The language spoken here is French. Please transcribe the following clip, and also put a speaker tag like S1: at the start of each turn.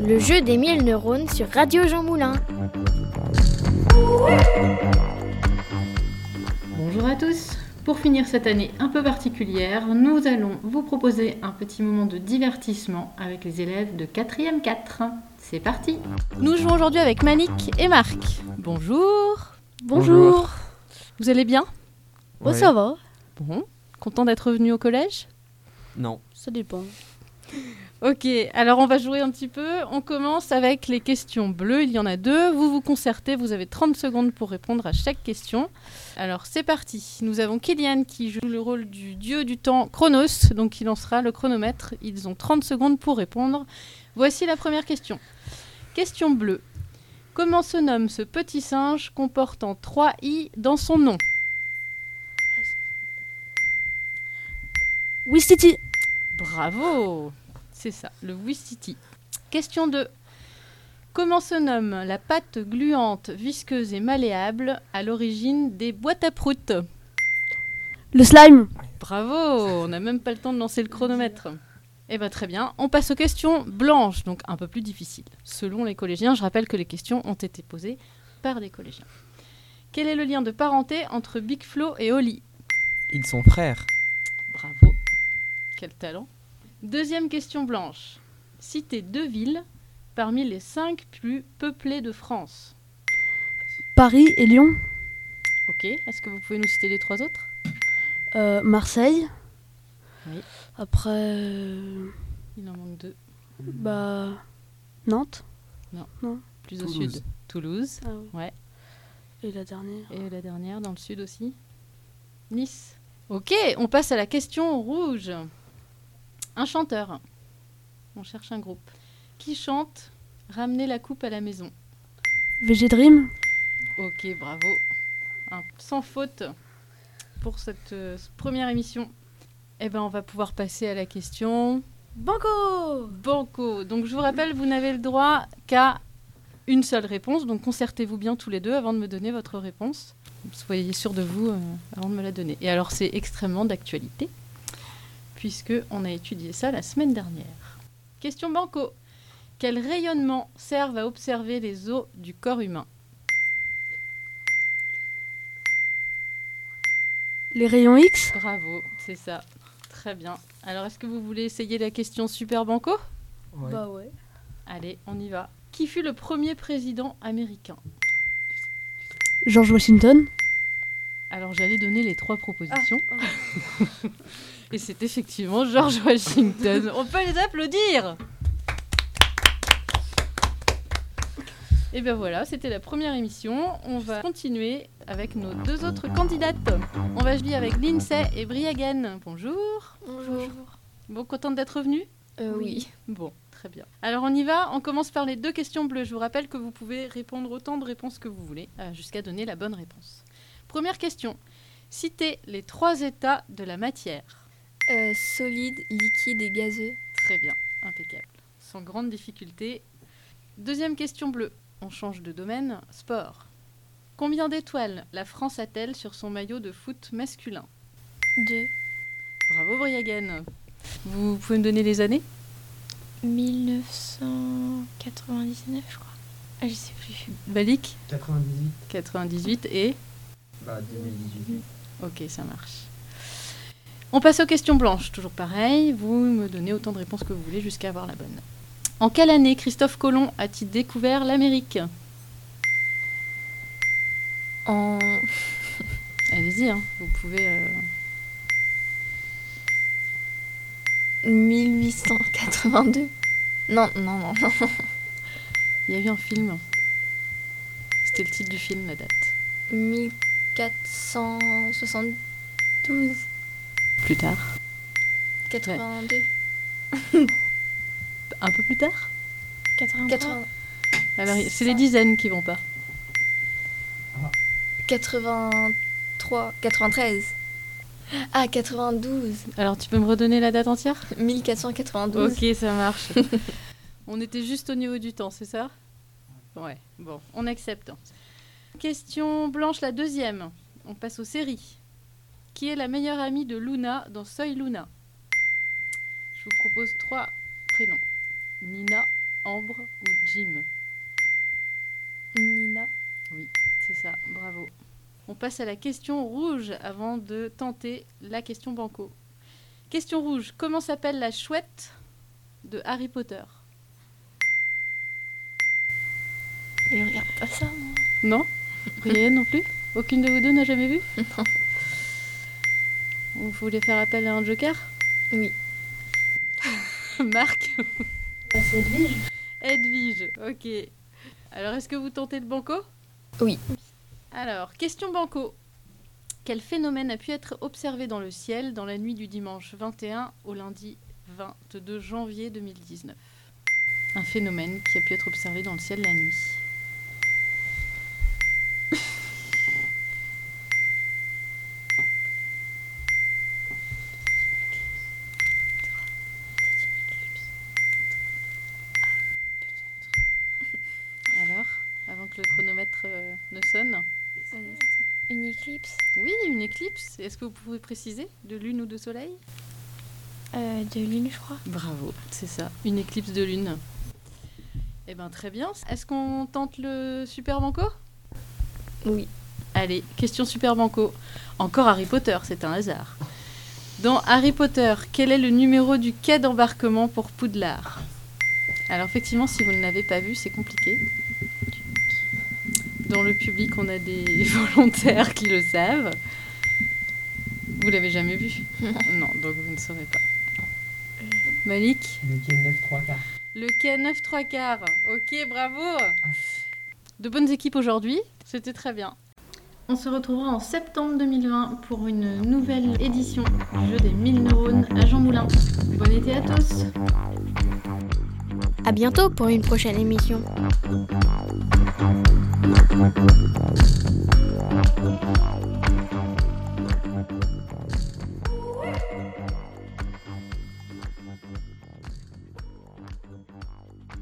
S1: le jeu des mille neurones sur Radio Jean Moulin.
S2: Bonjour à tous. Pour finir cette année un peu particulière, nous allons vous proposer un petit moment de divertissement avec les élèves de 4e 4. C'est parti
S3: Nous jouons aujourd'hui avec Malik et Marc. Bonjour.
S4: Bonjour.
S3: Vous allez bien
S4: Ouais.
S5: va.
S3: Bon. Content d'être venu au collège
S4: Non.
S5: Ça dépend.
S3: Ok, alors on va jouer un petit peu. On commence avec les questions bleues. Il y en a deux. Vous vous concertez. Vous avez 30 secondes pour répondre à chaque question. Alors c'est parti. Nous avons Kylian qui joue le rôle du dieu du temps Chronos. Donc il lancera le chronomètre. Ils ont 30 secondes pour répondre. Voici la première question. Question bleue. Comment se nomme ce petit singe comportant 3 i dans son nom
S5: Oui, c'était.
S3: Bravo C'est ça, le Wistiti. Question 2. Comment se nomme la pâte gluante, visqueuse et malléable à l'origine des boîtes à proutes
S5: Le slime.
S3: Bravo On n'a même pas le temps de lancer le chronomètre. Eh bien très bien, on passe aux questions blanches, donc un peu plus difficiles. Selon les collégiens, je rappelle que les questions ont été posées par des collégiens. Quel est le lien de parenté entre Big Flo et Oli
S4: Ils sont frères.
S3: Bravo. Quel talent. Deuxième question blanche. Citez deux villes parmi les cinq plus peuplées de France.
S5: Paris et Lyon.
S3: Ok, est-ce que vous pouvez nous citer les trois autres
S5: Euh, Marseille.
S3: Oui.
S5: Après. euh,
S3: Il en manque deux.
S5: Bah. Nantes.
S3: Plus au
S4: Toulouse.
S3: sud. Toulouse.
S5: Ah oui.
S3: Ouais.
S5: Et la dernière.
S3: Et la dernière, dans le sud aussi. Nice. Ok, on passe à la question rouge. Un chanteur. On cherche un groupe. Qui chante Ramener la coupe à la maison.
S5: VG Dream.
S3: Ok, bravo. Un- sans faute pour cette euh, première émission. Eh ben, on va pouvoir passer à la question
S5: Banco
S3: banco. Donc, je vous rappelle, vous n'avez le droit qu'à une seule réponse. Donc, concertez-vous bien tous les deux avant de me donner votre réponse. Soyez sûrs de vous euh, avant de me la donner. Et alors, c'est extrêmement d'actualité puisque on a étudié ça la semaine dernière. Question banco. Quel rayonnement servent à observer les os du corps humain
S5: Les rayons X.
S3: Bravo, c'est ça. Très bien. Alors, est-ce que vous voulez essayer la question Super Banco
S5: Bah ouais.
S3: Allez, on y va. Qui fut le premier président américain
S5: George Washington.
S3: Alors, j'allais donner les trois propositions. Et c'est effectivement George Washington. on peut les applaudir Et Eh bien voilà, c'était la première émission. On va continuer avec nos deux autres candidates. On va jouer avec Lindsay et Briagan. Bonjour.
S1: Bonjour. Euh,
S3: Bon, contente d'être venue
S1: oui.
S3: Bon, très bien. Alors on y va, on commence par les deux questions bleues. Je vous rappelle que vous pouvez répondre autant de réponses que vous voulez, euh, jusqu'à donner la bonne réponse. Première question. Citez les trois états de la matière.
S6: Euh, solide, liquide et gazeux.
S3: Très bien, impeccable. Sans grande difficulté. Deuxième question bleue. On change de domaine, sport. Combien d'étoiles la France a-t-elle sur son maillot de foot masculin
S1: De
S3: Bravo Briagan. Vous pouvez me donner les années
S1: 1999, je crois. Ah, je sais plus.
S3: Balik
S4: 98.
S3: 98 et
S4: Bah 2018.
S3: Ok, ça marche. On passe aux questions blanches, toujours pareil. Vous me donnez autant de réponses que vous voulez jusqu'à avoir la bonne. En quelle année Christophe Colomb a-t-il découvert l'Amérique
S1: En
S3: Allez-y, hein, vous pouvez. euh,
S1: 1882. Non, non, non, non.
S3: Il y a eu un film. C'était le titre du film, la date.
S1: 1472.
S3: Plus tard.
S1: 82.
S3: Un peu plus tard
S1: 80,
S3: Alors, C'est les dizaines qui vont pas.
S1: 83. 93. Ah, 92.
S3: Alors, tu peux me redonner la date entière
S1: 1492.
S3: Ok, ça marche. on était juste au niveau du temps, c'est ça Ouais, bon, on accepte. Question blanche, la deuxième. On passe aux séries. Qui est la meilleure amie de Luna dans Soy Luna Je vous propose trois prénoms. Nina, Ambre ou Jim
S6: Nina.
S3: C'est ça, bravo. On passe à la question rouge avant de tenter la question banco. Question rouge, comment s'appelle la chouette de Harry Potter
S1: Mais regarde pas ça, moi.
S3: Non Brienne non plus Aucune de vous deux n'a jamais vu
S1: Non.
S3: Vous voulez faire appel à un joker
S1: Oui.
S3: Marc
S6: Bah, c'est Edwige.
S3: Edwige, ok. Alors, est-ce que vous tentez le banco
S1: Oui.
S3: Alors, question banco. Quel phénomène a pu être observé dans le ciel dans la nuit du dimanche 21 au lundi 22 janvier 2019 Un phénomène qui a pu être observé dans le ciel la nuit. Alors, avant que le chronomètre euh, ne sonne
S6: Une éclipse
S3: Oui, une éclipse. Est-ce que vous pouvez préciser De lune ou de soleil
S6: euh, de lune, je crois.
S3: Bravo, c'est ça, une éclipse de lune. Eh ben très bien. Est-ce qu'on tente le Super Banco
S1: Oui.
S3: Allez, question Super Banco. Encore Harry Potter, c'est un hasard. Dans Harry Potter, quel est le numéro du quai d'embarquement pour Poudlard Alors effectivement, si vous ne l'avez pas vu, c'est compliqué. Dans le public, on a des volontaires qui le savent. Vous l'avez jamais vu Non, donc vous ne saurez pas. Malik
S4: Le quai 9 3 quarts.
S3: le quai 9 3 quarts. Ok, bravo. De bonnes équipes aujourd'hui. C'était très bien.
S2: On se retrouvera en septembre 2020 pour une nouvelle édition du jeu des 1000 neurones à Jean Moulin. Bon été à tous
S7: À bientôt pour une prochaine émission.